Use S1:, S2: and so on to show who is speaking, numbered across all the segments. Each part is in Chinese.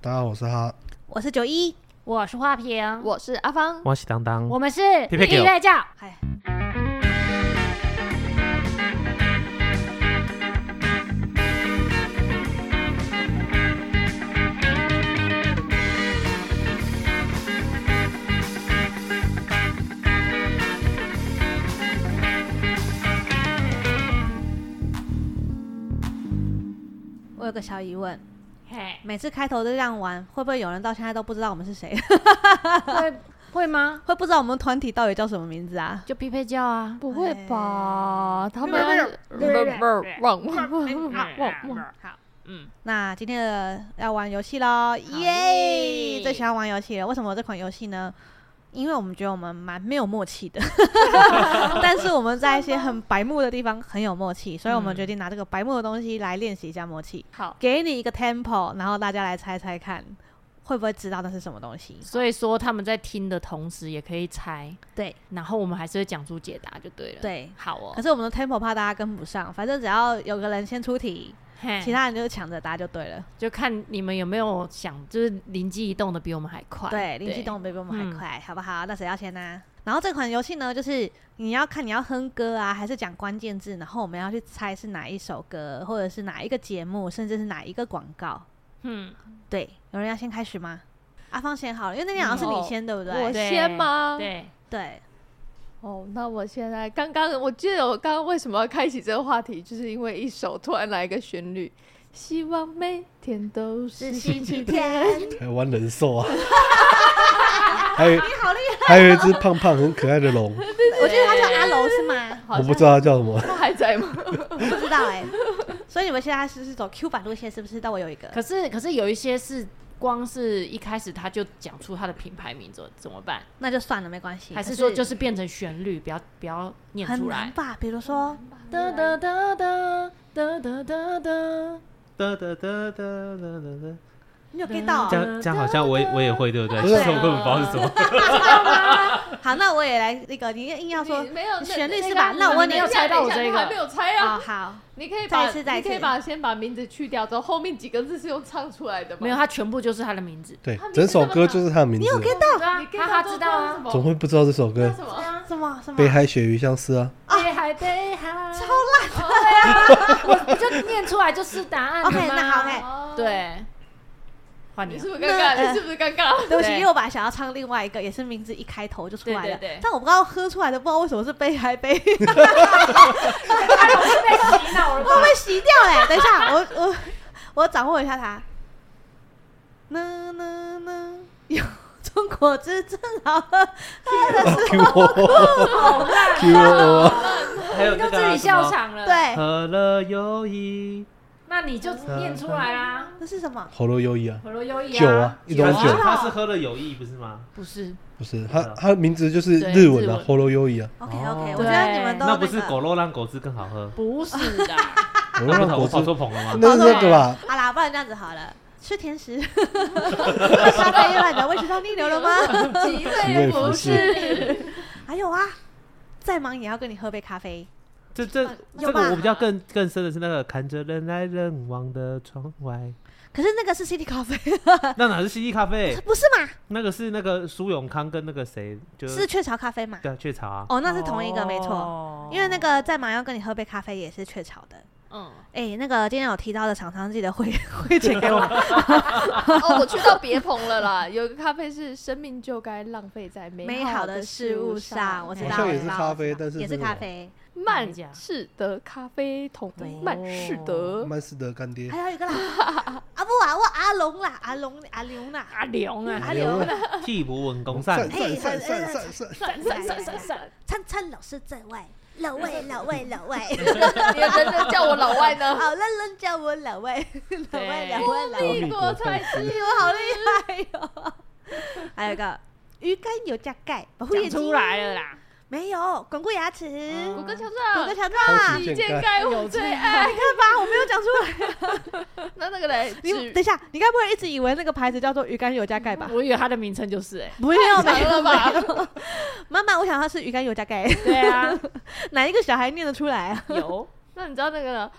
S1: 大家好，我是哈。
S2: 我是九一，
S3: 我是花瓶，
S4: 我是阿芳，
S5: 我是当当，
S3: 我们是
S5: 屁屁狗
S3: 在叫，
S2: 嗨，我有个小疑问，
S3: 嘿，
S2: 每次开头都这样玩，会不会有人到现在都不知道我们是谁？
S3: 会会吗？
S2: 会不知道我们团体到底叫什么名字啊？
S3: 就匹配叫啊，哎
S4: 不会吧？他们忘忘忘忘忘，
S3: 好，嗯，
S2: 那今天的要玩游戏喽，耶！
S3: 耶
S2: 最喜欢玩游戏了。为什么这款游戏呢？因为我们觉得我们蛮没有默契 的， 但是我们在一些很白目的地方很有默契，所以我们
S3: 嗯
S2: 决定拿这个白目的东西来练习一下默契。
S3: 好，
S2: 给你一个 tempo，然后大家来猜猜看，会不会知道那是什么东西？
S3: 所以说他们在听的同时也可以猜，
S2: 对
S3: 然后我们还是会讲出解答就对了。，
S2: 对。
S3: 好哦
S2: 可，是我们的 tempo 怕大家跟不上，反正只要有个人先出题，
S3: 嘿
S2: 其他人就是抢着答就对了。
S3: 就看你们有没有想，就是灵机一动的比我们还快。
S2: 对，林夕动比我们
S3: 嗯
S2: 还快，好不好？那谁要先呢、然后这款游戏呢，就是你要看你要哼歌啊，还是讲关键字，然后我们要去猜是哪一首歌，或者是哪一个节目，甚至是哪一个广告。
S3: 嗯，
S2: 对，有人要先开始吗？阿芳先好了，因为那天好像是你
S4: 嗯
S2: 先，对不对？
S4: 我先吗？
S3: 对，
S2: 对，
S4: 哦，那我现在刚刚我记得我刚刚为什么要开启这个话题，就是因为一首突然来一个旋律，希望每天都是星期天。
S1: 台湾人寿啊，还有还有一只胖胖很可爱的龙，
S2: 我觉得他叫阿楼是吗？
S4: 好
S1: 我
S4: 像
S1: 不知道它叫什么。
S4: 他还在吗？
S2: 不知道 哎、所以你们现在是是走 Q 版路线，是不是？但我有一个，
S3: 可是可是有一些是光是一开始他就讲出他的品牌名字怎么办？
S2: 那就算了，没关系。
S3: 还是
S2: 可
S3: 说就是变成旋律，不要不要念
S2: 很
S3: 出
S2: 难
S3: 来？
S2: 吧？比如说，
S3: 哒哒哒哒哒哒哒哒。
S5: 哒哒哒哒哒哒哒。
S2: 你有 get 到、
S5: 这
S2: 哦？
S5: 样这样好像我也我也会，对不对？
S1: 不
S5: 其
S1: 是
S5: 实我根本不知道是什么。
S2: 好，那我也来那个，你硬要说
S4: 你没有
S2: 旋律是吧那我问你
S4: 你有
S3: 有猜到我这个
S4: 还没有猜啊？
S2: 哦，好。
S4: 你可以
S2: 再
S4: 把
S2: 一次再一
S4: 你可以
S2: 次
S4: 把先把名字去掉之后，后面几个字是用唱出来的吗？
S3: 没有，它全部就是他的名字。
S1: 对
S4: 它名，字
S1: 整首歌就是它的名字，
S3: 对啊
S4: 你可以
S3: 哈哈
S4: 当
S3: 知
S4: 做
S3: 道啊。
S1: 怎
S4: 唱
S1: 么
S4: 什么？
S1: 会不知道这首歌
S4: 那？什么？
S2: 什么什么？
S1: 北海鳕鱼相思啊，
S3: 北海北海，
S2: 超
S3: 我就念出来就是答案了
S2: OK，
S3: 吗
S2: 那好，OK
S4: 哦，
S3: 对，换你
S4: 你
S3: 了
S4: 是。不是尴尬？
S2: 那
S4: 你是不是尴尬？
S2: 对不起，
S3: 对
S2: 因为我本来想要唱另外一个，也是名字一开头就出来了，
S3: 对对对
S2: 但我不知道喝出来的，不知道为什么是杯还杯， 会
S3: 被洗脑了 吧？
S2: 被洗掉哎、等一下，我我我掌握一下它。呢呢呢， 有中国之正好喝，
S1: Q O Q O，
S5: 还有
S3: 你就
S5: 那
S3: 自
S5: 个啊
S3: 己
S5: 什 么
S3: 笑场了。，
S2: 对，
S5: 何乐优异，
S3: 那你就念出来啦。
S2: 那是什么？
S1: 喉咙优异啊，
S3: 可乐优异
S1: 酒啊，一种
S2: 有
S1: 酒
S2: 啊，
S5: 他是喝了有益不是吗？
S3: 不是
S1: 不是它它的名字就是
S3: 对
S1: 日文
S3: 日
S1: 啊
S3: 文，
S1: 喉咙优异啊，
S2: OK OK，
S5: 哦
S2: 我觉得你们都
S5: 那
S2: 个
S5: 不是狗肉让狗汁更好喝？
S3: 不是的，
S1: 喉
S5: 我
S1: 咙
S5: 跑我
S1: 果
S5: 跑
S1: 汁
S5: 错棚了吗？
S1: 那是那个吧？
S2: 好啦，不然这样子好了，吃甜食， 为啥可以让你的胃食道逆流了吗？
S4: 几
S1: 几
S4: 岁
S1: 位
S4: 不
S1: 服
S4: 是？
S2: 还有啊，再忙也要跟你喝杯咖啡。
S5: 这这
S2: 有
S5: 这
S2: 吧
S5: 个我比较更更深的是那个看着人来人往的窗外，
S2: 可是那个是 City 咖啡，
S5: 那哪是西西咖啡？
S2: 不是嘛？
S5: 那个是那个苏永康跟那个谁，就是
S2: 雀巢咖啡嘛？
S5: 对啊雀巢啊。
S2: 哦，那是同一个，没错。
S3: 错
S2: 因为那个在马要跟你喝杯咖啡也是雀巢的。
S3: 嗯，
S2: 哎、那个今天有提到的厂商记得汇 汇钱给我。
S4: 哦，我去到别棚了啦。有一个咖啡是生命就该浪费 在
S2: 美好
S4: 好
S2: 的
S4: 事
S2: 事物上，我
S4: 我
S2: 知
S1: 好
S2: 道，
S1: 像
S2: 我
S1: 也
S2: 知
S1: 是
S2: 道
S1: 咖
S2: 我知
S1: 啡
S2: 道
S1: 但是
S2: 也是
S1: 那
S2: 咖
S1: 个
S2: 啡。
S4: 曼士德咖啡桶
S3: 对，
S4: 曼士德。
S1: 曼斯德干爹
S2: 还，有一个啦，阿不啊，我阿龙啦，阿龙阿刘 啦，
S3: 阿良啊，
S2: 阿
S1: 哎
S2: 刘啦，
S5: 替补稳公善，
S2: 哎
S1: 散散
S2: 哎
S1: 散散散，
S3: 闪闪闪闪闪，
S2: 灿灿老师在外，老 外老外老外，
S4: 你的真的叫我老外呢？
S2: 好认认叫我老外， 老外
S3: 对
S2: 老外 老外。
S4: 异国才
S2: 你
S4: 知
S2: 们好厉害哟、 还有一个鱼肝有加钙，保护眼
S3: 讲
S2: 睛
S3: 出来了啦。
S2: 没有巩固牙齿，
S4: 骨骼强
S2: 骨
S4: 壮
S2: 骼，强
S1: 超
S2: 壮。
S1: 级
S2: 你
S1: 健
S4: 一
S1: 康
S4: 件。该我最爱。
S2: 看吧，我没有讲出来。
S4: 那那个 嘞，
S2: 你
S4: 纸
S2: 等一下，你该不会一直以为那个牌子叫做鱼肝油加钙吧？
S3: 我以为它的名称就是哎，
S2: 不用
S4: 长了吧？
S2: 妈妈，我想要吃鱼肝油加钙。
S3: 对啊，
S2: 哪一个小孩念得出来啊？
S3: 有
S4: 那你知道那个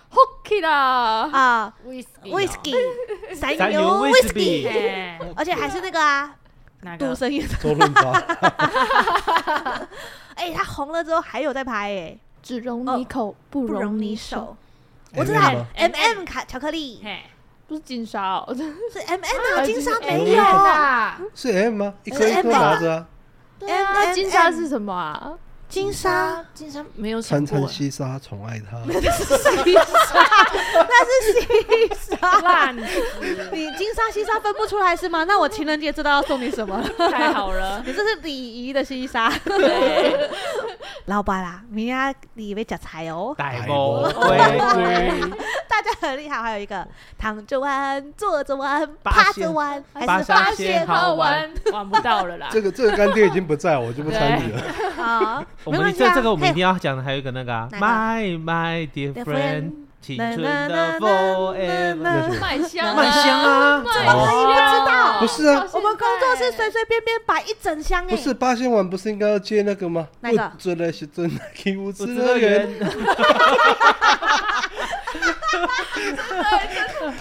S4: Hockey 啦？
S2: 啊
S4: 哎
S3: ，whisky 哦
S2: ，whisky，三
S5: 三
S2: 牛
S5: 牛
S2: whisky，
S5: whisky
S3: 哎
S2: 而且还是那个啊，
S3: 哪
S2: 赌
S3: 个？
S2: 神也，
S1: 周润发，
S2: 哎，他红了之后还有在拍哎，
S4: 只容你口，不
S2: 不容
S4: 容
S2: 你
S4: 手
S2: 手，。我知道
S1: M&M 吗
S2: ，M M 卡巧克力
S3: 嘿，
S4: 不是金沙哦，
S2: 是 M M 啊，金沙没
S1: 哎
S2: 有
S1: 呀
S3: 啦，
S1: 是 M 吗？一颗
S2: 是
S1: 一颗
S2: M
S1: 拿着啊，
S4: 对
S2: 啊
S4: 那哎金沙
S2: M&M
S4: 是什么啊？
S2: 金沙，
S3: 金山没有想
S1: 餐餐
S3: 过
S1: 西沙宠爱他，
S2: 那是西沙。
S3: 烂死，
S2: 你金沙西沙分不出来是吗？那我情人节知道要送你什么了。
S3: 太好了，
S2: 你这是礼仪的西沙，
S3: 对
S2: 老板啦，明天啊你被夹菜哦。
S5: 大
S1: 魔
S5: 魔
S3: 龟
S5: 龟
S2: 大家很厉害。还有一个躺着玩，坐着玩，
S5: 八
S2: 趴着
S5: 仙
S2: 玩，还
S5: 八
S2: 是
S5: 仙
S2: 发
S5: 仙
S2: 现
S5: 好
S3: 玩
S5: 玩
S3: 玩不到了啦
S1: 这，个这个干爹已经不在，我就不参与了。
S2: 啊？
S5: 我
S2: 没
S5: 们
S2: 关系
S5: 这
S2: 啊
S5: 这个我们
S2: 嘿
S5: 一定要讲的，还有一个那个啊
S2: 哪个
S5: ，My My Dear
S2: Dear
S5: Friend，青
S2: 啦
S5: 春
S2: 啦啦啦
S5: 的
S2: 啦
S5: Forever，
S1: 那是
S4: 麦香
S5: 麦香啊，
S4: 麦
S2: 香不
S5: 哦
S2: 知道
S1: 不是啊，
S2: 我们工作室随随便便摆一整箱哎、
S1: 不是八仙碗不是应该要接那个吗？
S2: 哪个
S1: 不准的是真的，去无
S5: 不
S1: 知
S5: 知
S1: 乐
S5: 乐
S1: 园。
S5: 园，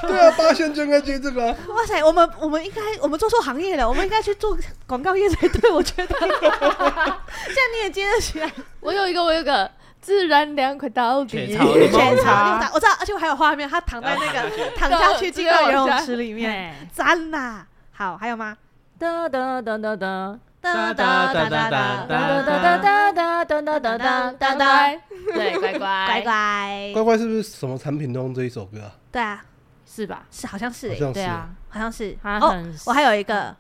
S1: 对啊，八仙就应该接这个啊。
S2: 哇塞，我们我们应该我们做错行业了，我们应该去做广告业才对，我觉得。这样你也接得起来，
S4: 我有一个，我有一个自然凉快到底
S5: 全。草
S2: 全
S5: 柠檬
S2: 场六
S5: 茶
S2: 大，，我知道，而且我还有画面，他躺在那个躺
S4: 到
S2: 下去进到
S4: 知道
S2: 游
S4: 我
S2: 泳
S4: 知
S2: 池里面，
S3: 嘿
S2: 赞啦！好，还有吗？
S3: 哒哒哒哒哒
S2: 哒哒哒哒哒
S3: 哒
S2: 哒
S3: 哒
S2: 哒哒，
S3: 哒哒哒哒哒哒哒哒哒，对，乖乖
S2: 乖乖，
S1: 乖乖是不是什么产品都用这一首歌啊？
S2: 对啊，
S3: 是吧？
S2: 是好像是
S1: 好
S2: 欸
S1: 像是
S3: 对。啊，
S2: 好像是。
S3: 他
S2: 哦
S3: 很，嗯
S2: 我还有一个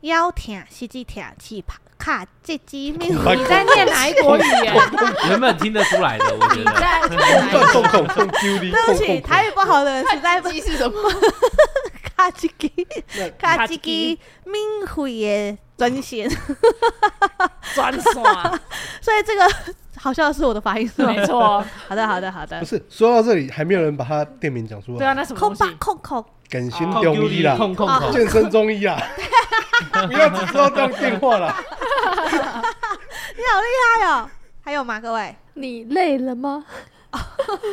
S2: 腰疼、膝肌疼、气怕卡这肌命。
S3: 你在念哪一国语 言？
S5: 原本听得出来的，我觉
S3: 你
S5: 得。
S3: 在
S1: 断痛痛痛丢离，
S2: 对
S1: 痛
S2: 不起，
S1: 痛
S2: 台语不好的人实在不
S4: 鸡是什么？
S2: 卡叽叽
S1: 那
S2: 卡叽叽命会的专线，
S3: 转耍，
S2: 所以这个好像是我的发音是吗？
S3: 没错，
S2: 好的，好的，好的
S1: 不。是说到这里，还没有人把他店名讲出来。
S3: 对啊，，那什么
S2: 空吧
S3: 东西？
S2: 空空，
S1: 梗心中医
S4: 啊
S1: 啦，
S5: 控控哦
S4: 哦
S5: 控，
S1: 健身中医啦，不要只知道当电话啦。
S2: 你好厉害哦！还有吗，各位？
S4: 你累了吗？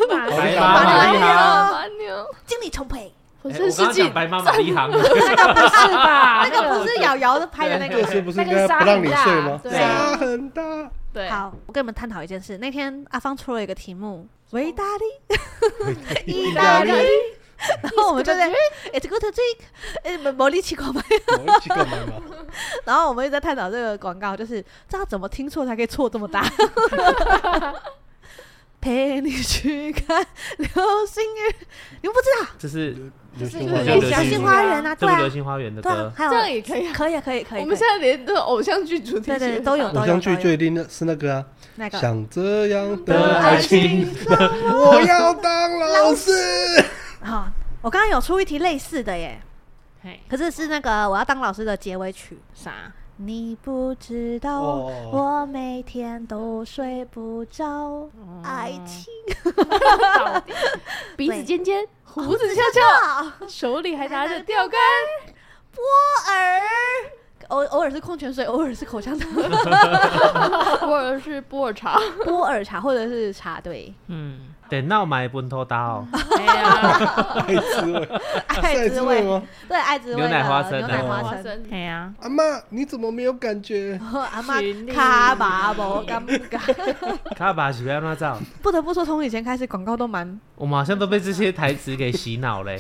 S3: 马
S5: 白
S1: 马
S5: 马
S2: 马
S5: 马
S2: 丽
S5: 丽
S2: 航
S5: 航，
S4: 啊，牛！
S2: 经理重培，
S4: 我
S5: 哎
S4: 是
S5: 我刚
S4: 世
S5: 刚
S4: 纪
S5: 讲白马马啊丽航，
S3: 不是吧？
S2: 那个不是瑶瑶的拍的那
S1: 这
S2: 个。
S1: 时不是应该不让你睡吗？
S3: 对
S1: 沙很大，
S3: 对，
S2: 好，我跟你们探讨一件事。那天阿芳出了一个题目，维达利。
S1: 意
S2: 大利
S1: 我
S2: 然后我们就在 It's good to drink，哎，没没力气购买。
S1: 一起干嘛嘛？
S2: 然后我们一直在探讨这个广告，就是这要怎么听错才可以错这么大。 陪你去看流星雨，你们不知道？
S5: 这是
S1: 流
S4: 是
S1: 星
S5: 我
S1: 花
S5: 觉
S1: 园，
S5: 得流
S2: 小
S5: 星
S2: 心
S5: 雨
S2: 花园啊，
S5: 这
S2: 对
S5: 不流
S2: 啊，
S5: 星花园的
S2: 对啊
S5: 歌，，
S2: 还有
S4: 这样也可以啊。
S2: 可以啊，可以，可以，
S4: 我们
S2: 可
S4: 现
S2: 以
S4: 在连这种偶像剧主题
S2: 对对
S4: 曲
S2: 对 都有
S1: 偶像剧就一定是那个啊，
S2: 那个
S1: 像这样
S2: 啊
S5: 的
S1: 的
S5: 爱
S1: 爱
S5: 情
S1: 情，我要当老师。
S2: 好。我刚刚有出一题类似的耶，
S3: 嘿，
S2: 可是是那个我要当老师的结尾曲。
S3: 啥？
S2: 你不知道，
S1: 哦
S2: 我每天都睡不着，
S3: 嗯
S2: 爱情。
S4: 嗯鼻子尖尖，胡子翘
S2: 啊
S4: 翘，手里还拿着钓竿。
S2: 波尔，偶偶尔是矿泉水，偶尔是口香糖，
S4: 波尔是波尔茶，
S2: 波尔茶或者是茶 对，
S3: 嗯，
S5: 等闹买本头刀，
S3: 哎呀，
S1: 爱滋味，
S2: 爱滋
S1: 滋
S2: 味
S1: 味吗？
S2: 对，爱滋味的
S5: 牛奶花生
S2: 牛
S5: 啊
S2: 奶花生。
S4: 生
S3: 哎呀，
S1: 阿妈，你怎么没有感觉？
S2: 然后 阿妈
S4: 群力
S2: 卡巴博尴尬，
S5: 卡巴喜欢那照，
S2: 不得不说，从以前开始广告都蛮
S5: 我们好像都被这些台词给洗脑嘞，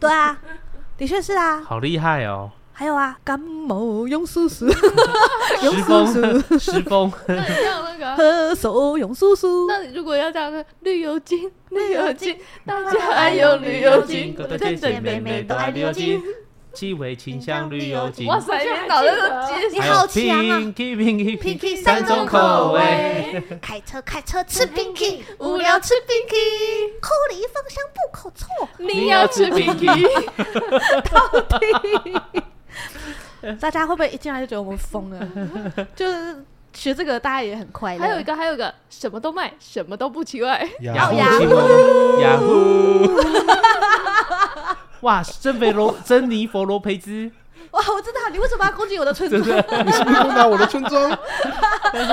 S2: 对啊，的确是啊。
S5: 好厉害哦！
S2: 还有啊，感冒用叔 叔，用
S5: 石
S2: 叔叔，
S5: 峰，石峰，
S4: 那你像那个 啊，
S2: 喝手用叔叔。
S4: 那你如果要这样，绿油精，绿油精， 大家爱用绿油精。
S5: 各对姐妹妹都爱旅游精，气味清香旅游精，
S4: 哇塞，你脑袋都结
S2: 你好强啊
S5: ！Pinky Pinky
S2: Pinky
S5: 三种口味，
S2: 开车开车吃冰淇，无聊吃冰 淇，扣了一芳香不可错。
S4: 你要吃冰淇淋，
S2: 大家会不会一进来就觉得我们疯了？ 就是学这个，大家也很快乐。
S4: 还有一个，还有一个，什么都卖，什么都不奇怪。
S5: 雅
S2: 然后
S5: 虎奇摩，雅虎，哇，珍菲罗珍妮佛罗培兹，
S2: 哇，我知道你为什么要攻击我的村庄，
S1: 哦你是不是偷拿我的村庄？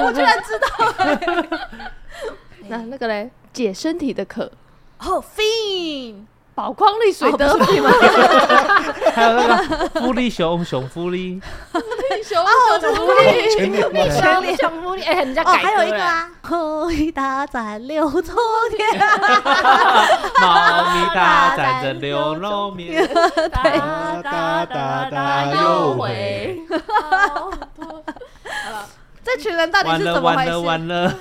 S2: 我居然知道、欸。
S4: 那那个嘞，解身体的渴，
S2: 哦，fin，
S4: 宝矿力水
S2: 哦
S4: 得
S2: 不
S4: 吗？
S5: 还有那个福利熊熊福利，
S4: 熊熊福利，
S1: 全脸
S5: 对
S2: 全脸
S3: 熊福利，哎，人家
S2: 哦，
S3: 改
S2: 还有一
S3: 歌
S2: 个
S3: 了，
S2: 啊，一大盏六重天，
S5: 猫咪大展着牛肉面，
S1: 哒哒哒
S5: 哎
S1: 哒又
S4: 哎
S1: 回。
S2: 这群人到底
S5: 完
S2: 是
S5: 了
S2: 怎么回
S5: 完了
S2: 事？
S5: 完了，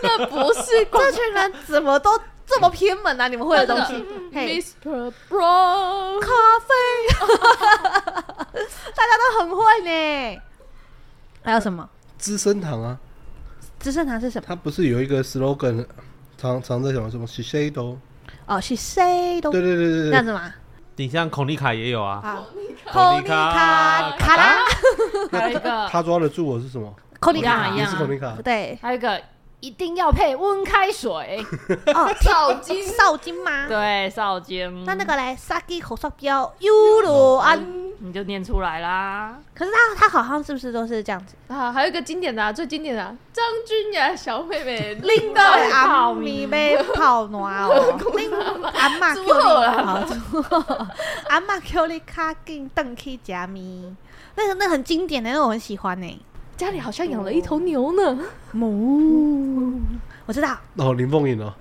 S4: 那不是
S2: 这群人怎么都这么偏门啊？你们会的东西，嘿，
S4: Mr. Brown，
S2: 咖啡， 大家都很会呢。还有什么？
S1: 资生堂啊，
S2: 资生堂是什么？
S1: 它不是有一个 slogan，常常在讲什么 Shiseido？
S2: 哦，是谁都
S1: 对对对对
S2: 这
S1: 对
S2: 样，子吗？
S5: 你像孔丽卡也有啊，
S2: 啊，
S5: 孔
S2: 孔
S5: 尼
S2: 尼
S5: 卡
S2: 卡卡拉，
S3: 还有一个，
S1: 他抓得住我是什么？
S2: 孔尼
S3: 一样
S2: 卡
S3: 啊一，
S1: 也
S3: 样
S1: 是孔林卡，
S2: 对，
S3: 还有一个一定要配温 开水，
S2: 哦，
S4: 啊少金
S2: 少金吗？
S3: 对，少金。
S2: 那那个嘞，沙基口哨标优罗安，
S4: 嗯
S3: 你就念出来啦。
S2: 可是他他好像是不是都是这样子？
S4: 啊，还有一个经典的，啊，最经典的啊张君雅小妹 妹，
S2: 拎到阿米被泡暖 哦，拎阿妈叫
S4: 猪
S2: 你 哦
S4: 好啦
S2: 好猪好，阿妈叫你卡紧邓去夹咪，那个那很经典的，那个我很喜欢呢。
S4: 家里好像养了一头牛呢。
S2: 母，我知道
S1: 哦，林凤颖哦，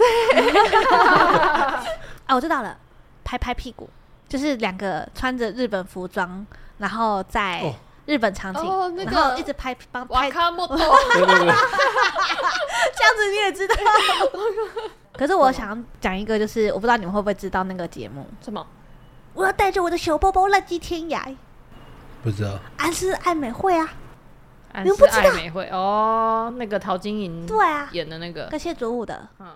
S2: 啊，我知道了，拍拍屁股，就是两个穿着日本服装，然后在
S1: 哦
S2: 日本场景，
S4: 哦那个
S2: 然后一直拍帮
S4: 瓦
S2: 拍
S4: 卡莫多，
S1: 对对对，
S2: 这样子你也知 道。可是我想讲一个，就是我不知道你们会不会知道那个节目，
S4: 什么？
S2: 我要带着我的小包包浪迹天涯，
S1: 不知道，
S2: 安室爱美惠啊，
S3: 安
S2: 你们
S3: 室
S2: 不知道
S3: 爱美惠哦，那个陶晶莹
S2: 对啊，
S3: 演的那个，
S2: 跟谢祖武的
S3: 嗯，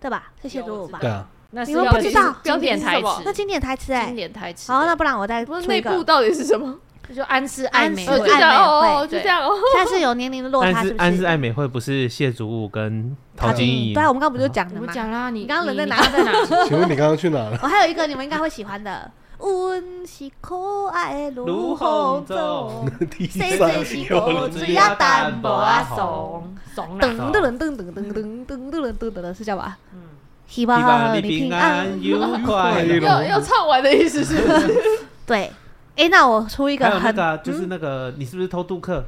S2: 对吧？是谢祖武吧
S1: 对？啊，
S3: 那是
S2: 你们
S3: 要
S2: 不知道
S3: 经典台
S4: 标题是什么
S3: 词，
S2: 那经典台词哎
S3: 经，典台词。
S2: 好，那不然我再
S4: 不是
S2: 出
S4: 内
S2: 一个
S4: 部。到底是什么？
S3: 那就安室爱美
S2: 安
S4: 哦，就
S2: 室爱。
S3: 惠
S4: 这样
S2: 美
S4: 哦，
S2: 惠
S4: 哦就这样哦。
S2: 现在是有年龄的落差，
S5: 但
S2: 是
S5: 是
S2: 不
S5: 安
S2: 是
S5: 室？爱美惠不是谢祖武跟陶晶莹，
S2: 对啊，我们刚刚不就讲了
S3: 我
S2: 吗？
S3: 讲啦，你
S2: 你刚刚人在哪
S3: 你 在哪？
S1: 请问你刚刚去哪了？
S2: 我还有一个你们应该会喜欢的，阮是可爱的
S5: 卢
S2: 卢
S5: 洪
S2: 洪
S5: 仲
S2: 仲，
S1: 第
S2: 哦谁
S1: 张
S2: 最喜
S1: 有
S2: 欢
S1: 了
S2: 我只要淡薄啊
S3: 怂怂啦
S2: 噔噔噔噔噔噔噔噔噔噔噔，是这样吧？
S3: 嗯
S2: 希
S5: 希望
S2: 望
S5: 你
S2: 你
S5: 平
S2: 平
S5: 安
S2: 安。
S5: 又快
S1: 有
S5: 乐
S4: 要。要唱完的意思是不是？
S2: 对，哎，那我出一个
S5: 还有那
S2: 很嗯
S5: 个啊就是那个，你是不是偷渡客？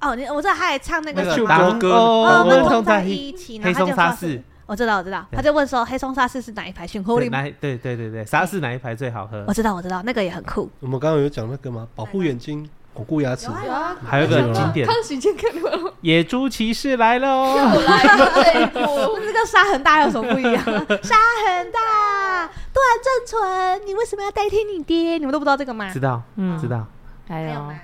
S2: 哦，你我知道他还唱那
S5: 那
S2: 个
S5: 个
S2: 什么
S1: 当
S5: 当
S1: 歌
S5: 哦
S2: 哦，
S1: 我
S2: 我
S1: 们
S2: 们
S5: 同
S2: 同
S5: 在
S2: 在
S5: 一
S2: 一起，
S5: 黑
S2: 然后
S5: 松
S2: 他就
S5: 沙
S2: 发
S5: 士
S2: 誓，，我知道，我知道，他就问说黑松沙士是哪一排雪
S5: 对
S2: 里
S5: 哪一对对对对，沙士哪一排最好喝
S2: 我？知道，我知道，那个也很酷。
S1: 我们刚刚有讲那个吗？保护眼睛，巩固牙齿。
S2: 哎
S4: 有啊，
S5: 还有一个很经典
S4: 康熙健康 流，
S5: 野猪骑士来 了哦，
S4: 又来这一 步。
S2: 那个沙很大有什么不一 样？沙很大，段正淳，你为什么要代替你爹？你们都不知道这个吗
S5: 知？道
S3: 嗯
S5: 知道，
S3: 还
S2: 还有
S3: 有
S2: 吗？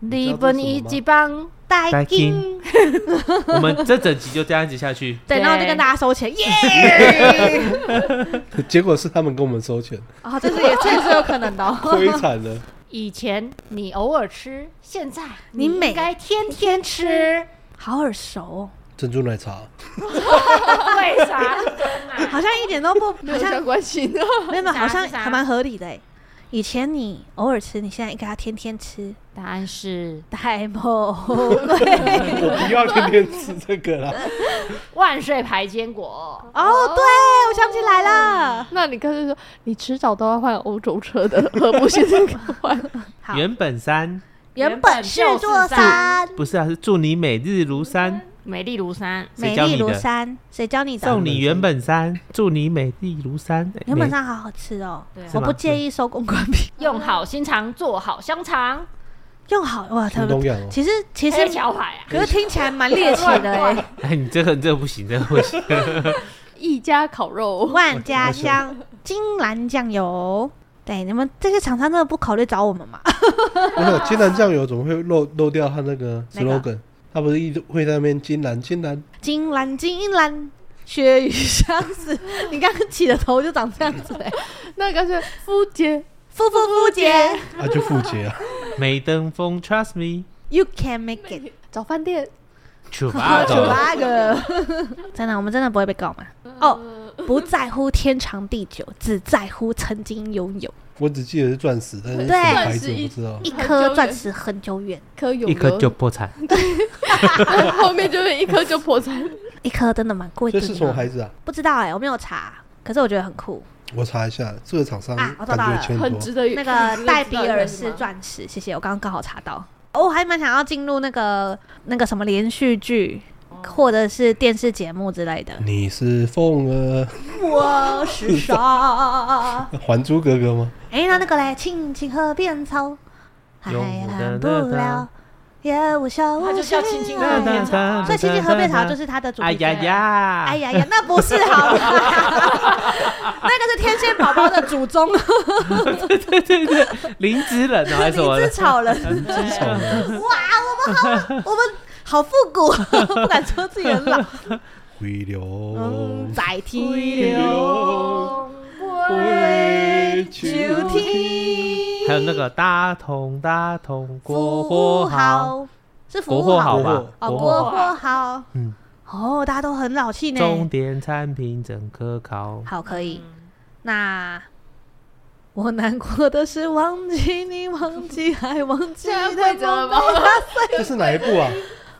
S1: 你知
S3: 日
S1: 道这
S3: 本
S1: 是什么吗
S3: 一级棒，
S2: 戴
S5: 戴金
S2: 金，
S5: 我们这整集就这样子下去，
S2: 对，
S3: 对
S2: 然后就跟大家收 钱，耶！
S1: 结果是他们跟我们收钱，
S2: 哦，这是也这也是有可能的哦。
S1: 亏惨了。
S3: 以前你偶尔吃，现在
S2: 你每
S3: 应该天天吃，
S2: 好耳熟哦，
S1: 珍珠奶茶，
S3: 为啥？
S2: 好像一点都不，
S4: 没
S2: 好
S4: 有
S2: 像
S4: 相关性的，
S2: 没有没有，
S3: 啥
S2: 好像
S3: 是啥
S2: 还蛮合理的哎。以前你偶尔吃，你现在应该要天天吃。
S3: 答案是
S2: 戴 哦某贵
S1: 我不要天天吃这个啦。
S3: 万岁牌坚果。
S2: 哦，对，我想起来了。
S4: 那你干脆说，你迟早都要换欧洲车的，何不现在换？
S2: 好，
S5: 原本山
S2: 原本是座山，
S5: 不是啊，是祝你每日如山，
S3: 美丽如山，
S5: 谁
S2: 美
S5: 教
S2: 丽
S5: 你
S2: 如
S5: 的？
S2: 山，谁教你的
S5: 送？你原本山，祝你美丽如山。哎
S2: 原本
S5: 美
S2: 山好好吃哦
S3: 对啊，
S2: 我
S5: 是吗
S2: 不介意收公关品，
S3: 用好心肠做好香肠，
S2: 用好哇， 他
S1: 陈东
S2: 们
S1: 阳哦，
S2: 其实其实
S3: 黑桥牌啊，
S2: 可是听起来蛮猎奇的哎，
S5: 哎，你这个这个不行，这个不 行。
S4: 一家烤 肉，
S2: 万家香金兰酱油。对，你们这些厂商真的不考虑找我们吗？
S1: 我想金兰酱油怎么会漏漏掉它那个
S2: 哪个
S1: slogan？它不是一直会在那边金兰金 兰，
S2: 金兰金兰，血雨相思。 你刚刚起的头就长这样子哎，
S4: 那干脆夫姐
S2: 夫妇夫姐
S1: 啊就复结啊，
S5: 梅登峰，Trust me，Chubago，
S2: ，You can make it。
S4: 早饭店，
S1: 啊
S2: 八个， 真的，我们真的不会被告吗？哦，不在乎天长地久，只在乎曾经拥有。
S1: 我只记得是钻石，但是什
S2: 对
S1: 么牌子
S4: 钻石
S1: 我
S4: 一
S1: 不知道。
S2: 一颗钻石很久远，
S4: 颗有
S5: 一颗
S4: 了
S5: 就破产。
S4: 后面就是一颗就破产。
S2: 一颗真的蛮贵的
S1: 这
S2: 呢。
S1: 是什么牌子啊？
S2: 不知道哎、我没有查，可是我觉得很酷。
S1: 我查一下，这个厂商
S2: 啊我
S1: 感
S2: 找到了
S1: 觉钱很
S4: 很
S1: 多。
S4: 值得
S2: 那 个戴比尔是钻石，谢谢，我刚刚刚好查到。哦我还蛮想要进入那个那个什么连续剧，
S5: 哦
S2: 或者是电视节目之类的。
S1: 你是凤儿，
S2: 我是傻。
S1: 《还珠格格》吗？
S2: 哎、那那个嘞，青青河边草，海
S5: 有
S2: 岸不
S5: 的那
S2: 了，也无休无
S3: 它就叫青青河边草啊
S2: 所以《青青河边草》就是它的主题
S5: 哎
S2: 曲了
S5: 呀呀，
S2: 哎呀呀，那不是好吗？ 那个是天线宝宝的祖宗，
S5: 对对对，灵芝人啊 还
S2: 你
S5: 是什么
S2: 自
S5: 的，
S2: 炒人。
S1: 真巧了。
S2: 我们好复古， 不敢说自己很老。
S1: 回流
S2: 嗯，在
S1: 回
S2: 天
S1: 流，
S2: 回
S1: 秋
S2: 秋
S5: 还有
S2: 天，
S5: 那个大同大同国货好，
S2: 好是服
S5: 国
S2: 务
S5: 货
S2: 好
S1: 吧
S5: 好吧？
S2: 哦，
S5: 国
S2: 国
S3: 好
S5: 货
S2: 货好。
S5: 嗯
S2: 哦，大家都很老气呢。
S5: 重点产品整可靠，
S2: 好，可以。那我难过的是忘记你，忘记还忘 记
S4: 现
S2: 了
S4: 在会怎么吗？
S1: 这是哪一部啊？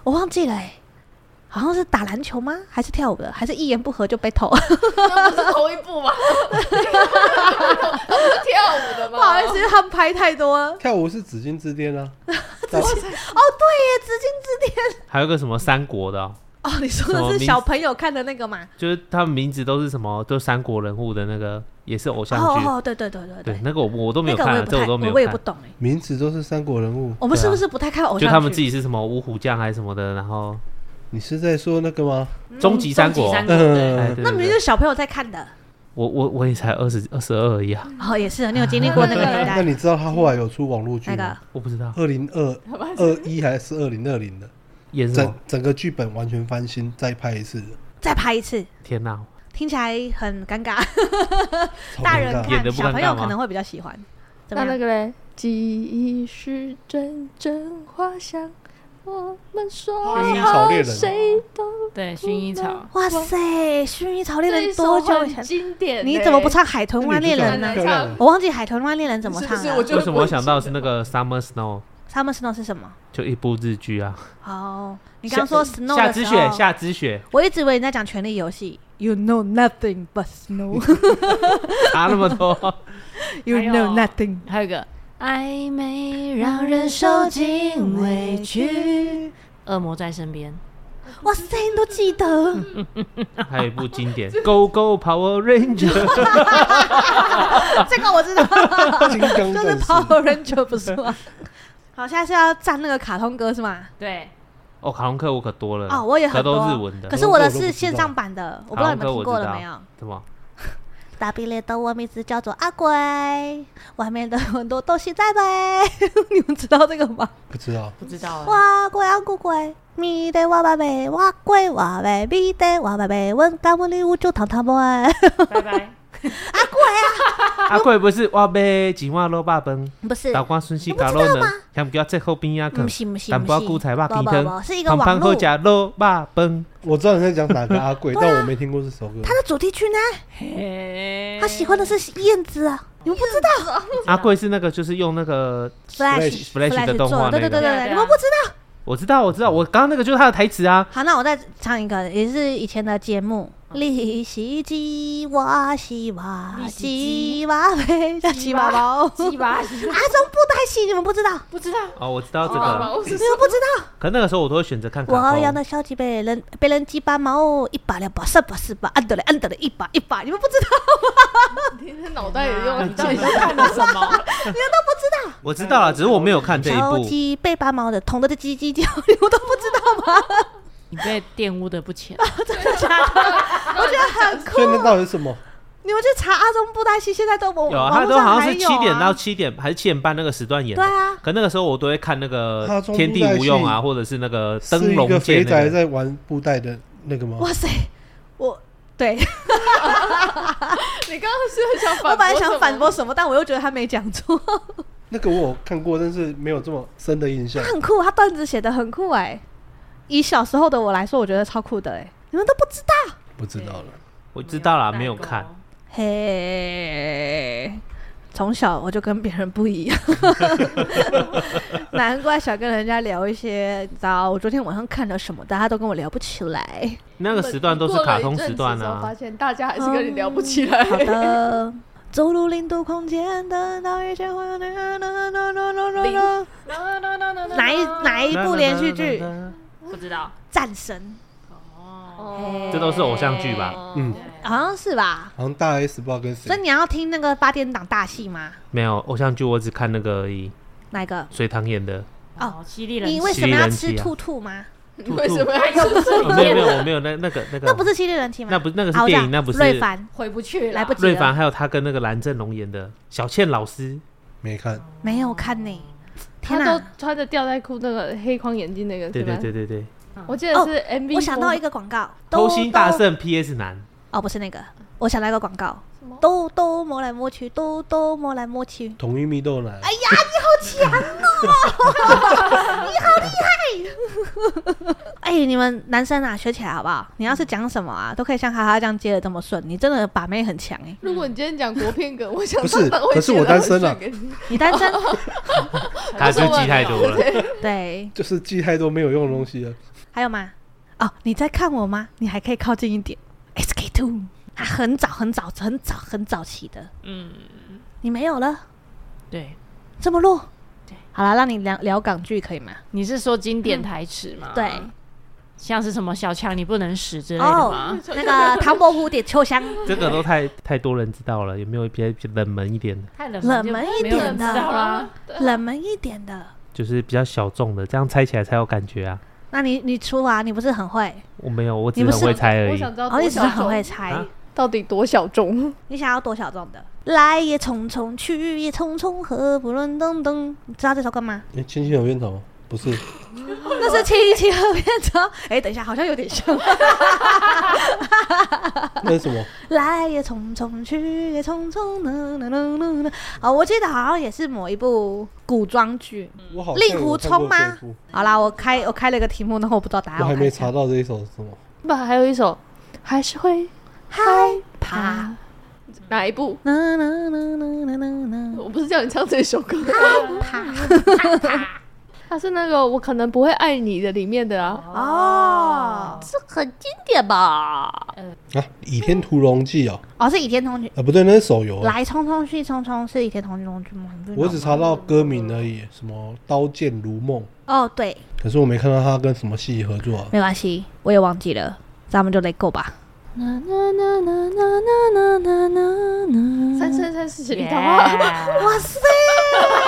S2: 我忘记了、欸，好像是打篮球吗？还是跳舞的？还是一言不合就被投？
S4: 那不是同一部吗？ 他不是跳舞的
S2: 不
S4: 吗？
S2: 好意，思，他们拍太多了。
S1: 跳舞是紫禁之巅啊。
S2: 哦，对耶，紫禁之巅。
S5: 还有个什么三国的哦，
S2: 哦，你说的是小朋友看的那个吗？
S5: 就是他们名字都是什么，都是三国人物的那个，也是偶像
S2: 哦
S5: 剧。
S2: 哦，对对对对
S5: 对，
S2: 对，
S5: 那个我我都没
S2: 那
S5: 有
S2: 个我
S5: 看
S2: 也
S5: 啊，
S2: 不
S5: 这
S2: 太，
S5: 我都没有
S2: 我也不
S5: 看。
S2: 懂哎。
S1: 名字都是三国人物，
S2: 我们是
S5: 对啊
S2: 不是不太看偶像剧？
S5: 就他们自己是什么五虎将还是什么的，然后
S1: 你是在说那个吗？
S2: 嗯
S5: 终极三国
S3: 终极，三国对
S5: 哎
S1: 嗯，
S5: 对
S2: 那
S5: 对
S2: 明明
S5: 对
S2: 就是小朋友在看的。
S5: 我我我也才二十二十二而已啊，
S2: 哦，也是，你有经历 过那个年
S1: 那
S2: 代？
S1: 你知道他后来有出网络剧
S2: 那个
S1: 吗？
S5: 我不知道
S1: 二零 二二一还是二零二零的？
S5: 演什
S1: 整
S5: 么，
S1: 整个剧本完全翻新，再拍一次，
S2: 再拍一次，
S5: 天哪，
S2: 听起来很尴 尬。
S1: 超
S2: 大
S1: 尴
S2: 人
S1: 尬
S5: 演
S2: 看，
S5: 得不
S2: 小
S5: 尴
S2: 朋
S5: 尬
S2: 友
S5: 吗
S2: 可能会比较喜欢。怎
S4: 那
S2: 么
S4: 那
S2: 样？
S4: 个嘞，记忆是阵阵花香，我们说
S1: 薰衣草猎
S4: 好
S1: 人
S4: 谁都
S3: 对，薰衣草，
S2: 哇塞，《薰衣草猎
S4: 这
S2: 人
S4: 一》
S2: 多
S4: 首
S2: 久
S4: 很
S2: 以前？
S4: 经典，
S2: 你怎么不？唱《海豚湾猎人》
S4: 那
S2: 呢
S4: 你？就
S1: 呢？
S2: 我忘记《海豚湾猎人》怎么
S4: 是
S2: 唱
S4: 不是
S2: 了、
S4: 我就
S5: 为什么我想到是那个 Summer Snow，
S2: Summer Snow 是什么？
S5: 就一部日剧啊。
S2: 哦，你刚刚说 Snow
S5: 夏
S2: 的
S5: 之
S2: 时
S5: 雪，
S2: 候，
S5: 夏之雪，
S2: 我一直以为你在讲《权力游戏》。You know nothing but snow.
S5: 差那么多。
S2: You
S3: 还有
S2: know nothing.
S3: 还有一个暧昧
S2: 让
S3: 让
S2: 人
S3: 人
S2: 受
S3: 受
S2: 尽
S3: 尽
S2: 委
S3: 委
S2: 屈
S3: 屈，
S1: 嗯
S3: 恶魔在身边。
S2: 哇塞，你都记 得？
S5: 还有一部经 典《Go Go Power Ranger》，
S2: 这个我知道，
S1: 金刚
S2: 就是
S1: 战士
S2: Power Ranger 不是 吗？好，现在是要站那个卡通歌是吗？
S3: 对，
S5: 哦，卡通课我可多了
S2: 哦，我也
S5: 可
S2: 很
S5: 都
S2: 多。
S5: 日文的
S2: 可，是我的是线上版的，我不知道你们
S5: 卡通歌
S2: 听
S5: 我
S2: 过
S5: 知
S2: 了
S5: 道
S2: 没有？
S5: 什么？
S2: 大比列的我名字叫做阿鬼，外面的很多东西在呗。 你们知道这个吗？
S1: 不知道，
S3: 不知道啊。
S2: 我鬼啊古鬼，咪得我爸贝，我鬼我贝，咪得我爸贝，问干不哩我就糖糖妹。
S3: 拜拜。
S5: 阿贵不是哇呗，几万肉霸崩，
S2: 不是，
S5: 打光孙西嘎肉呢，想不要在后边呀啊
S2: 不
S5: 啃，
S2: 是不是
S5: 淡薄
S2: 不
S5: 菇
S2: 是，
S5: 才霸
S2: 不
S5: 冰
S2: 不
S5: 坑，
S2: 不，是一个
S5: 胖
S2: 网
S5: 胖
S2: 络
S5: 后，加肉霸崩，
S1: 我知道你在讲哪个阿贵，但我没听过这首歌。
S2: 啊它的主题曲呢，他喜欢的是燕子啊，你们不知道
S5: 阿贵是那个就是用那个，
S2: Flash
S5: Flash 的动
S2: 做的，
S5: 画
S2: 对对
S5: 那个
S2: 对
S3: 对啊
S2: 对，你们不知道。
S5: 我知道我知道，我刚刚那个就是他的台词啊，
S2: 好，那我再唱一个，也是以前的节目。你是吉娃，西娃，
S3: 你是
S2: 吉
S3: 吉
S2: 娃呗，
S4: 欸
S2: 叫吉娃娃哦。
S3: 鸡巴，
S2: 阿中布袋戏，你们不知道，你
S3: 不知道。
S5: 哦，我知道这
S4: 好吧
S1: 嗯
S5: 个，
S4: 我是
S2: 们不知道。
S5: 可那个时候我都会选择看卡
S2: 我养
S5: 通，
S2: 的小鸡被人被人鸡巴毛，一把两把三把四把，按得了按得了一把一把，你们不知道，
S4: 天天脑袋有用，
S3: 你到底是看了什么？
S5: 我知道了，只是我没有 看这一
S2: 小
S5: 部。
S2: 鸡被拔毛的，捅的的叽叽叫， 你们都不知道吗？
S3: 你被玷污的不 浅。
S2: 我觉得很
S1: 所以那
S2: 酷，
S1: 到底是什么？
S2: 你们去查阿中布袋戏，现在都我
S5: 有啊，
S2: 网
S5: 他
S2: 络
S5: 都
S2: 上
S5: 好像
S2: 还
S5: 是
S2: 有
S5: 七点
S2: 啊
S5: 到七点还是七点半那个时段演的。
S2: 对啊
S5: 可那个时候我都会看那个
S1: 他
S5: 《
S1: 中
S5: 天地
S1: 部在
S5: 无用》啊，
S1: 戏
S5: 或者是那个《
S1: 是
S5: 灯
S1: 一个
S5: 笼界
S1: 肥》宅
S5: 那个。
S1: 在玩布袋的那个吗？
S2: 哇塞，我对
S4: 你刚刚是很想 反，
S2: 我本来想反，驳什么，但我又觉得他没讲错，
S1: 那个我有看过，但是没有这么深的印象
S2: 他。很酷，他段子写的很酷哎、以小时候的我来说，我觉得超酷的哎、你们都不知道
S1: 不知道了，
S5: 我知道啦，没有看。
S2: 嘿。从小我就跟别人不一样，难怪想跟人家聊一些，你知道我昨天晚上看了什么，大家都跟我聊不起来。
S5: 那个时段都是卡通时段
S4: 过了一阵子之后发
S5: 啊，
S4: 现大家还是跟你聊不起来。
S2: 好的，走入零度空间，等到遇见花儿。哪一哪一部连续剧？
S3: 不知道
S2: 战神，
S3: 哦，
S5: 这都是偶像剧吧？
S1: 嗯
S2: 好像是吧？
S1: 好像大 S 不知道跟谁
S2: 所以，你要听那个八点档大戏吗？
S5: 没有偶像剧，我只看那个而已。
S2: 哪一个？
S5: 隋唐演的，
S3: 哦，犀利人
S2: 你
S3: 妻
S2: 为什么要
S5: 犀利
S2: 吃
S5: 人妻啊
S2: 兔兔吗？
S5: 兔兔
S4: 为什么要
S5: 哦没有没有，我没有那那个那个，
S2: 那不是系列人妻吗？
S5: 那不 那个是
S2: 啊我知道
S5: 电影那不是
S2: 瑞凡，
S3: 回不去了，
S2: 来不及
S5: 瑞
S2: 了。
S5: 凡，还有他跟那个蓝正龙演的小倩老师，
S1: 没看，
S2: 没有看你，天
S4: 他
S2: 哪
S4: 都！穿着吊带裤，那个黑框眼镜那个，
S5: 对
S4: 是吧
S5: 对，对对对，
S4: 我记得是
S2: 哦
S4: MV。
S2: 我想到一个广告，
S5: 偷
S2: 兜
S5: 心大
S2: 兜
S5: 圣 PS 男，
S2: 哦，不是那个，我想到一个广告
S4: 什么，
S2: 兜兜摸来摸去，兜兜摸来摸去。
S1: 同一蜜豆奶，
S2: 哎呀，你好强哦！你好厉害！哎，你们男生啊，学起来好不好？
S3: 嗯
S2: 你要是讲什么啊，都可以像哈哈这样接的这么顺，你真的把妹很强哎！
S4: 如果你今天讲国片梗，我想
S1: 不是
S4: 到会
S1: 可是
S4: 觉
S1: 我
S4: 得
S1: 单
S4: 会
S1: 身
S4: 选
S1: 啊
S4: 给你
S2: 你单 身
S5: 他就记太多了。
S2: 对，
S1: 就是记太多没有用的东西了。啊
S2: 还有吗？哦，你在看我吗？你还可以靠近一点。SK two，他很早很早很早很早期的，
S3: 嗯，
S2: 你没有了，
S3: 对，
S2: 这么弱。
S3: 对，
S2: 好了，让你聊聊港剧可以吗？
S3: 你是说经典台词吗？
S2: 嗯对，
S3: 像是什么小强你不能死啊之类的
S2: 哦
S3: 吗？，
S2: 那个唐伯虎点秋香，
S5: 这个都太太多人知道了，有没有比较比较冷门一点的，
S3: 太冷
S2: 冷
S3: 就
S2: 门一
S3: 没有
S2: 点
S3: 人知道
S2: 的
S3: 啦，
S2: 冷门一点的。
S5: 就是比较小众的，这样猜起来才有感觉啊。
S2: 那你你出啊，你不是很会，
S5: 我没有，我只
S2: 你
S5: 是
S2: 不
S5: 很
S2: 是
S5: 会猜而
S4: 我
S5: 已。
S4: 想知道
S2: 哦，
S4: 多
S2: 你只
S4: 小
S2: 是很
S4: 众
S2: 会猜。
S5: 啊
S4: 到底多小众？
S2: 你想要多小众的？来也匆匆，去也匆匆，何不论登登？你知道这首歌吗？
S1: 哎，亲亲有烟头不是？
S2: 那是七一七河边草。哎、等一下，好像有点像。
S1: 那是什么？
S2: 来也匆匆，去也匆匆，呢呢呢呢呢。哦，我记得好像也是某一部古装剧。
S1: 我好像
S2: 令
S1: 有
S2: 狐
S1: 看过
S2: 冲
S1: 这
S2: 吗啊
S1: 一部？
S2: 好啦，我开我开了个题目，然后我不知道答案。
S1: 我还
S2: 看
S1: 没
S2: 一下
S1: 查到这一首是什么。
S4: 不，还有一首还是会
S2: 害怕。
S4: 哪一部？
S2: 呐呐呐呐呐呐
S4: 我不是叫你唱这首 歌，
S2: 怕
S4: 它是那个我可能不会爱你的里面的啊。
S2: 哦
S4: 这很经典吧？
S1: 啊，《倚天屠龙记》哦，
S2: 哦，是《倚天屠龙记
S1: 啊不对，那是手游》。
S2: 来匆匆去匆匆是《倚天屠龙记》吗？
S1: 我只查到歌名而已，什么《刀剑如梦》，
S2: 哦，对，
S1: 可是我没看到他跟什么戏合作啊。
S2: 没关系，我也忘记了，咱们就来够吧。呐呐呐呐呐呐呐呐呐
S4: 三生三世十里桃花，
S3: 哇，
S2: 哇塞，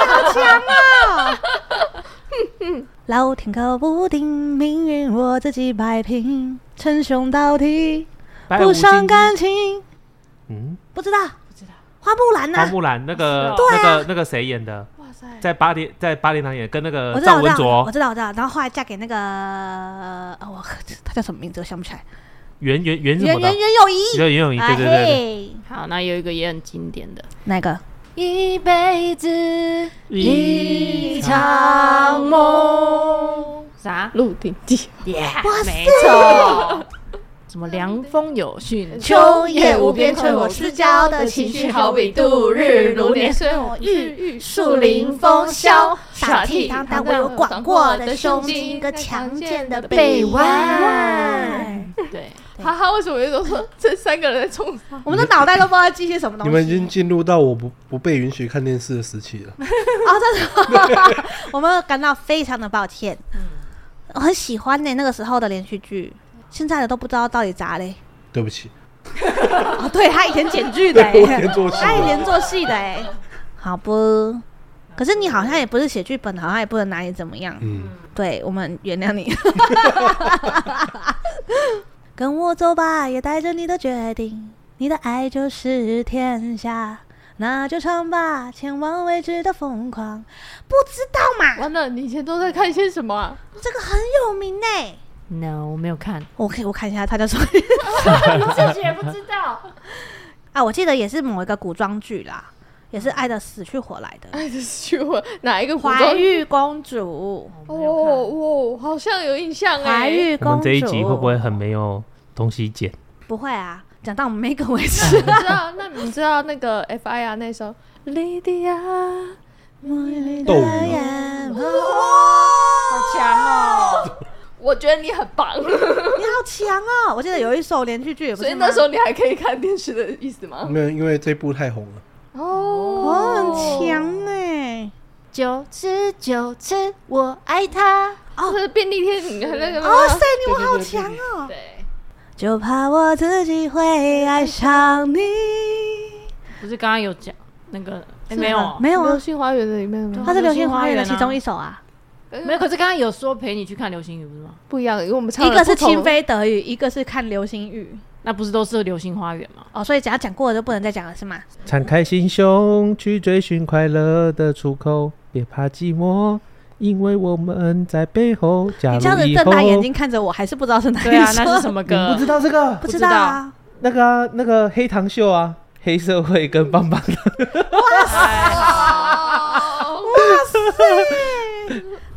S2: 好强啊！老天搞不定，命运我自己摆平，称兄道弟，
S5: 白
S2: 不
S5: 无
S2: 伤
S5: 心
S2: 感情。
S5: 嗯，
S2: 不知道，
S3: 不知道
S2: 花木兰啊呐、
S5: 花木兰那
S2: 哦
S5: 个
S3: 是
S5: 那
S2: 啊
S5: 个那个谁演的，
S4: 哇塞！
S5: 在八点在八点档演，跟那
S2: 我
S5: 个
S2: 知道，
S5: 赵
S2: 我知
S5: 文
S2: 道，我
S5: 卓
S2: 知道，我知道。然后后来嫁给那个，呃我 她叫什么名字？我想不起来。
S5: 袁袁袁什
S2: 袁
S5: 么的
S2: 袁，袁咏仪。
S5: 袁袁咏仪，对对
S2: 哎
S5: 对对，
S2: 嘿
S3: 好，那有一个也很经典的，
S2: 哪个？
S3: 一辈子
S5: 一
S3: 场梦，啥？
S4: 《鹿鼎记》
S3: 哇塞，哎没错。什么凉风有讯，
S2: 秋夜无边吹我赤脚的情绪好比度日如年
S4: 虽
S2: 我欲
S4: 树
S2: 林风萧傻倜傥但我有广阔的胸襟和强健的臂弯。
S3: 对，
S4: 哈哈，为什么有一种说这三个人在冲啥？
S2: 我们的脑袋都不知道记些什么东
S1: 你
S2: 西。
S1: 们已经进入到我不不被允许看电视的时期了。
S2: 哦，真的， 我们感到非常的抱歉。我很喜欢呢、那个时候的连续剧，现在的都不知道到底咋嘞。
S1: 对不起，
S2: 哦，对他以前剪剧 的、
S1: 对我
S2: 欸，
S1: 连做戏
S2: 他以
S1: 了，
S2: 前做戏的、欸，好不？可是你好像也不是写剧本的，好像也不能拿你怎么样。
S1: 嗯，
S2: 对我们原谅你。跟我走吧，也带着你的决定，你的爱就是天下，那就唱吧，前往未知的疯狂。不知道嘛，
S4: 完了，你以前都在看些什么啊？
S2: 这个很有名呢、
S3: No，我没有看，
S2: 我可以我看一下，他叫什么？
S3: 自己也不知道。
S2: 啊，我记得也是某一个古装剧啦，也是爱的死去活来的。
S4: 爱的去我哪一个古
S2: 怀
S4: 装？
S2: 玉公主，
S4: 哦哦，好像有印象
S2: 怀
S4: 哎。
S2: 玉
S5: 我
S2: 公
S5: 们
S2: 主，
S5: 这一集会不会很没有东西剪？
S2: 不会啊？讲到我们 Megan 为止，
S4: 你知道？那你知道那个 FIR 那首莉迪亚，
S1: 斗
S5: 哦
S2: 哎
S1: 鱼，
S2: 呀
S3: 好强哦！
S4: 我觉得你很棒，
S2: 你好强哦！我记得有一首连续剧也不
S4: 所
S2: 是
S4: 以
S2: 吗
S4: 那时候你还可以看电视的意思
S2: 嗯
S4: 吗？
S1: 没有，因为这部太红了。
S4: 哦
S2: 哦，很强欸呢。
S4: 九十九次，我爱他。哦，是便利贴，你看那个
S2: 哦塞
S4: 吗，
S2: 你我好强哦！
S4: 对，
S2: 就怕我自己会爱上你。
S3: 不是刚刚有讲那个？哎
S2: 是
S3: 没有
S2: 吗
S3: 啊，
S2: 没有啊
S4: 流，星花园》的里面的吗
S2: 它是《流星花园》的
S3: 流星花园啊
S2: 其中一首啊。
S3: 没有。可是刚刚有说陪你去看流星雨，不是吗？
S4: 不一样，因为我们唱
S2: 一个
S4: 了
S2: 是
S4: 不同
S2: 清，飞德语，一个是看流星雨。
S3: 那不是都是流星花园吗？
S2: 哦，所以只要讲过的就不能再讲了，是吗？
S5: 敞开心胸去追寻快乐的出口，别怕寂寞，因为我们在背后。假
S2: 你
S5: 如
S2: 这样子
S5: 以
S2: 瞪
S5: 后
S2: 大眼睛看着我，还是不知道是哪一首。
S3: 对啊，那是什么
S5: 你们
S3: 歌
S5: 不？知道这个
S2: 不知道啊。
S5: 那个啊、那个黑糖秀啊，黑社会跟棒棒 糖，
S4: 哦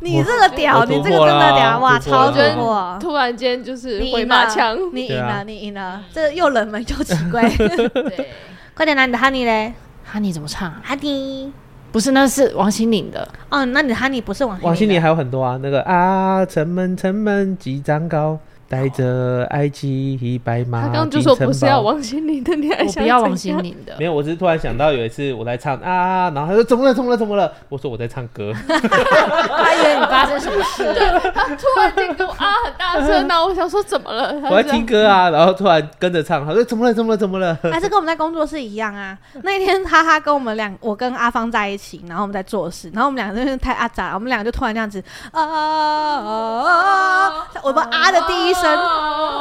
S2: 你这个屌，
S5: 我
S2: 你
S5: 突
S2: 这个
S5: 破
S2: 真的
S5: 啦
S2: 屌，哇，
S5: 突破
S2: 超
S5: 啦
S2: 突破！
S4: 突然间就是
S2: 你
S4: 回
S2: 赢了
S4: 马枪，，
S2: 你
S5: 对
S2: 赢
S5: 啊
S2: 了，你赢了，这个又冷门又奇怪。
S4: 对，
S2: 快点拿你的哈尼嘞，
S3: 哈尼怎么唱啊？
S2: 哈尼。
S3: 不是，那是王心凌的。
S2: 哦，那你的哈尼不是王
S5: 王心
S2: 凌的
S5: 凌还有很多啊，那个啊，城门城门几丈高，带着爱情白马
S4: 他
S5: 进城堡。
S4: 刚刚就说不是
S5: 啊
S4: 要王心凌的，你还
S3: 我
S4: 想
S3: 不要
S4: 怎
S3: 王心
S4: 样，
S3: 凌的
S5: 没，有，我只是突然想到有一次我在唱啊，然后他说怎么了怎么了怎么了？我说我在唱歌，
S3: 他以为你发生什么事了？
S4: 他突然间跟我啊很大声，然后我想说怎么 了？
S5: 我在听歌啊，然后突然跟着唱，他说怎么了怎么了怎么了？
S2: 还是啊跟我们在工作室一样啊。那一天，哈哈跟我们两，我跟阿芳在一起，然后我们在做事，然后我们俩真的太阿杂了，我们俩就突然这样子，啊啊啊啊，我们啊的第一声，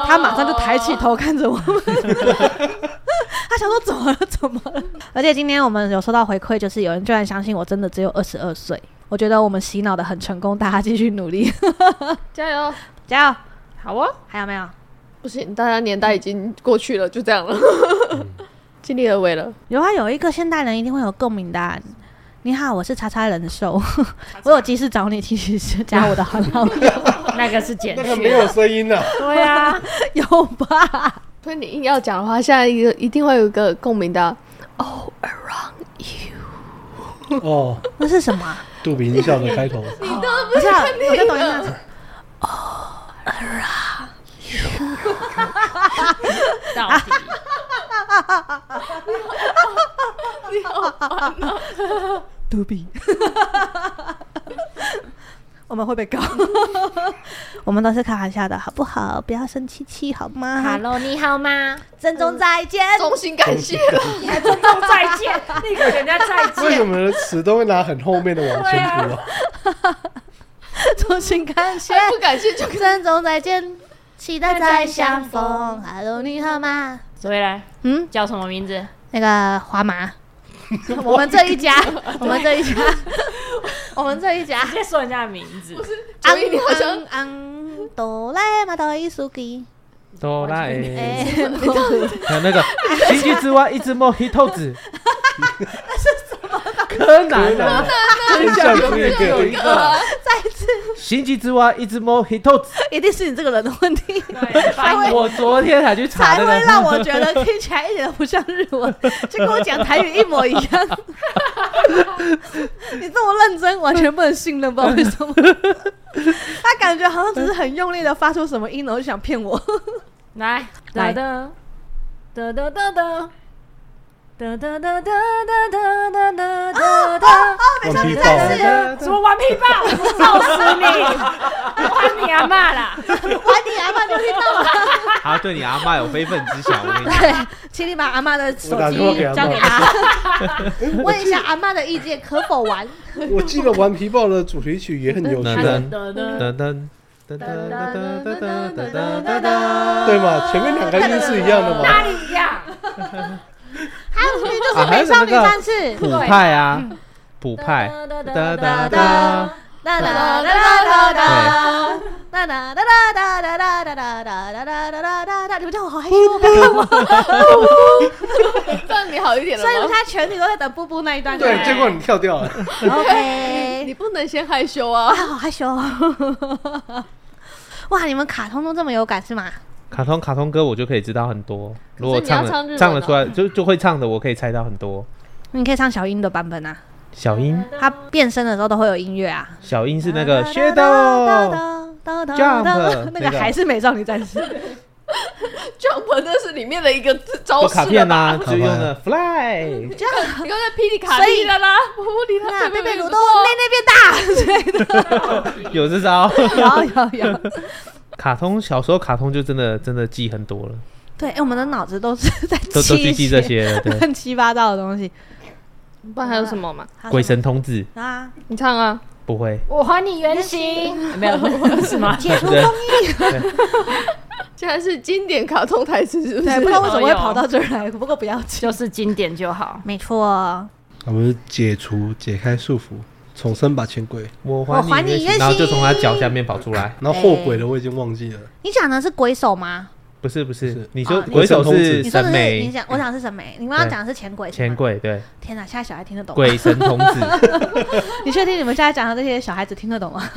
S2: 他马上就抬起头看着我们， 他想说怎么了怎么了？而且今天我们有收到回馈，就是有人居然相信我真的只有二十二岁，我觉得我们洗脑的很成功，大家继续努力，
S4: 加油！
S2: 加油！
S3: 好啊，
S2: 还有没有？
S4: 不行，大家年代已经过去了，就这样了，
S2: 嗯
S4: 尽力而为了。
S2: 有啊，有一个现代人一定会有共鸣的啊、你好，我是叉叉人寿，我有急事找你，其实是加我的好友，
S3: 那个是简
S1: 那个 没
S3: 讯。
S1: 有声音的，
S3: 对啊，
S2: 有吧？
S4: 所以你硬要讲的话，现在一个一定会有一个共鸣的。啊
S1: 哦，
S2: 那是什么 啊？
S1: 杜比音效的开头，
S2: 不是，我在抖音上。
S3: 到 底
S2: 杜比，我们会被告。 我们都是开玩笑的，好不好？不要生气气好吗？
S3: 卡洛你好吗？
S2: 珍重再见。
S4: 衷心感谢，
S3: 中再见，立刻给人家再
S1: 为什。么词都会拿很后面的往前读啊？
S2: 衷心感 谢，
S4: 还不感谢就
S2: 珍重再见，期待再相逢。Hello，你好吗？
S3: 所以来
S2: 嗯。
S3: 叫什么名字？
S2: 那个华麻， 我们这一家， 我们这一家， 我们这一家，
S3: 直接说人家的名字。
S4: 所以你好像
S2: 昂，哆来嘛哆一苏吉，
S5: 哆啦
S2: 哎，
S5: A，还有那个《星际之外》一只梦黑透子，柯南啊，真相永远只有一个。
S4: 啊
S5: 再次，《星际之外》一只梦黑透子，
S2: 一定是你这个人的问题，
S3: 对，翻译
S5: 我昨天才去查
S2: 才
S5: 那
S2: 会
S5: 个，
S2: 让我觉得听起来一点都不像日文，就跟我讲台语一模一样。你这么认真，完全不能信任，不知道为什么。他感觉好像只是很用力的发出什么音，然后就想骗我。
S3: 来，
S2: 来
S3: 哒哒哒哒哒哒。哒哒哒哒哒哒哒哒哒哒！
S1: 问题爆了，
S3: 什么顽皮豹？笑死你！我你阿骂啦！
S2: 玩你阿妈就听到了。
S5: 他啊对你阿妈有非分之想，我跟你讲，
S2: 对，请你把阿妈的手
S1: 我打
S2: 机
S1: 电话给阿嬷
S2: 交给他，问一下阿妈的意见可否玩？
S1: 我记得《顽皮豹》的主题曲也很有趣
S5: 噔
S1: 啊，
S5: 噔
S3: 哒哒
S5: 噔噔噔噔噔噔噔噔噔噔
S1: 对嘛？前面两个音是一样的嘛？
S3: 里呀？
S2: 还有其实就是
S5: 啊还
S2: 美
S5: 有
S2: 少女
S5: 那个
S2: 战士，
S5: 普派啊，普派，哒哒哒，
S2: 哒哒哒哒哒哒。哒哒哒哒哒哒哒哒哒哒哒哒哒哒哒，你们叫我好害羞哦，不要看我。
S4: 这样你好一点了
S2: 所以我们现
S4: 吗？
S2: 在全体都在等布布那一段。
S1: 对，结果你跳掉了。
S4: 你
S2: OK，
S4: 不能先害羞啊！
S2: 好害羞哦。哇，你们卡通都这么有感是吗？
S5: 卡通卡通歌我就可以知道很多，如果
S4: 可是你要
S5: 唱
S4: 唱日文
S5: 了
S4: 哦
S5: 唱得出来，就就会唱的，我可以猜到很多。
S2: 你可以唱小樱的版本啊，
S5: 小樱，
S2: 她变身的时候都会有音乐啊。
S5: 小樱是那个
S2: 哦
S5: Shadow，
S2: Jump，那
S5: 那
S2: 个
S5: 个
S2: 还是美少女战士，
S4: Jump 那是里面的一个招
S5: 有
S4: 式了
S5: 卡
S4: 吧
S5: 片啦，
S1: 吧
S5: 就用的 Fly，
S4: 你刚才霹雳卡利啦啦，我理他
S2: 那
S4: 随
S2: 贝
S4: 便
S2: 贝
S4: 被
S2: 鲁都妹妹变大，对
S5: 有这招。
S2: 有有有。
S5: 卡通小时候卡通就真的真的记很多了，
S2: 对，哎、我们的脑子都是在
S5: 都都去
S2: 一
S5: 记
S2: 些
S5: 这 些了。对，
S2: 乱七八糟的东西。
S4: 不然还有什么嘛？
S2: 还有
S5: 鬼
S2: 什
S5: 神通字
S2: 么啊，
S4: 你唱啊！
S5: 不会，
S3: 我还你原形，没有是吗？
S2: 解除
S5: 对
S2: 封印。
S4: 竟然是经典卡通台词，是不
S2: 对，
S4: 是？
S2: 不知道为什么会跑到这儿来，不过不要紧。
S3: 就是经典就好。
S2: 没错，
S1: 我们解除、解开束缚，重生吧，钱柜。
S5: 我
S2: 还你
S5: 还
S2: 原
S5: 你
S2: 形
S5: 然后就从他脚下面跑出来。
S1: 然后后悔的我已经忘记了，
S2: 你讲的是鬼手吗？
S5: 不是不是
S1: 是，
S5: 你说
S2: 哦
S5: 鬼手是
S2: 你说
S5: 神
S2: 的是你
S5: 眉
S2: 讲，我讲的是审美，你们要讲的是钱鬼。
S5: 钱。鬼，对，
S2: 天哪，现在小孩听得懂吗？
S5: 鬼神童子，
S2: 你确定你们现在讲的这些小孩子听得懂吗？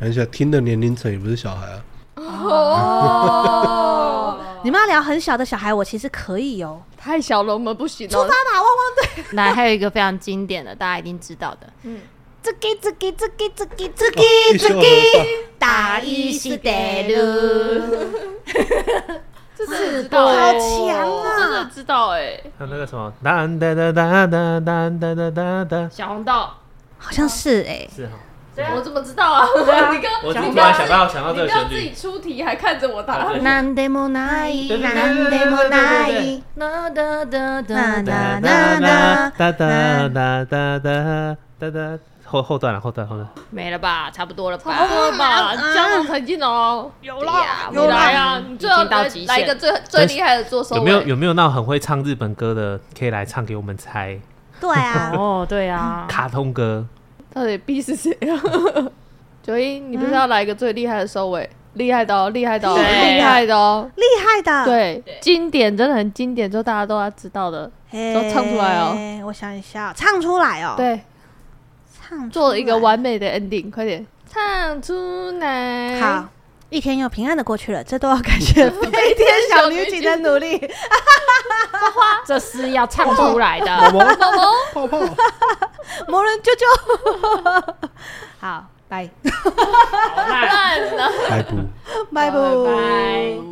S1: 而且听的年龄层也不是小孩啊。
S4: 哦，
S2: 你们要聊很小的小孩，我其实可以哦。
S4: 太小了，我们不行
S2: 出发
S4: 了。
S2: 吧，汪汪队！
S3: 来，还有一个非常经典的，大家一定知道的，
S4: 嗯
S3: 嗯， 这个这个这个这个这个
S5: 哦
S1: 一休合
S3: 大意是得路，
S4: 这真的知道欸，
S2: 好强啊
S4: 真的知道哎，
S5: 还有那个什么，哒哒哒哒哒哒哒哒哒哒，
S3: 小红豆，
S2: 好像是哎、
S5: 是哈，
S4: 我怎么知道啊？ 你刚
S5: 我
S4: 你
S5: 突
S4: 刚
S5: 然想到想到
S4: 你
S5: 这个
S4: 刚
S5: 旋
S4: 自己
S5: 律，
S4: 出题还看着我答，
S5: 对
S3: なんでもない
S5: 对对对
S3: なんでもない哒哒哒哒
S2: 那
S3: 哒
S5: 哒
S3: 哒哒，
S5: 哒哒哒哒哒哒哒哒哒，后后段了，后段后段，
S3: 没了吧？差不多了
S4: 差不
S3: 吧？
S4: 多了吧？江郎才尽哦，有啦你来啊！你最后
S3: 已经到
S4: 来
S3: 极限
S4: 来一个最最厉害的做收
S5: 有
S4: 尾，
S5: 没有有没有那种很会唱日本歌的，可以来唱给我们猜？
S2: 对啊，
S3: 哦，对啊，
S5: 卡通歌，
S4: 到底 B 是谁啊？ 九一，你不是要来一个最厉害的收尾？厉害的哦，厉害的哦，
S3: 对
S4: 厉害的哦！
S2: 厉害的。
S4: 对，经典真的很经典，就大家都要知道的。
S2: 嘿，
S4: 都唱出来
S2: 哦！我想一下，唱出来哦。，
S4: 对，
S2: 唱出来
S4: 做了一个完美的 ending，快点唱出来。
S2: 好，，一天又平安的过去了，这都要感 谢飞天小女警的努力。
S3: 这是要唱出来的。
S1: 毛毛泡泡，
S2: 魔人啾啾， 好，拜
S4: 烂了，
S1: 还不。
S2: 拜拜。
S4: 拜拜。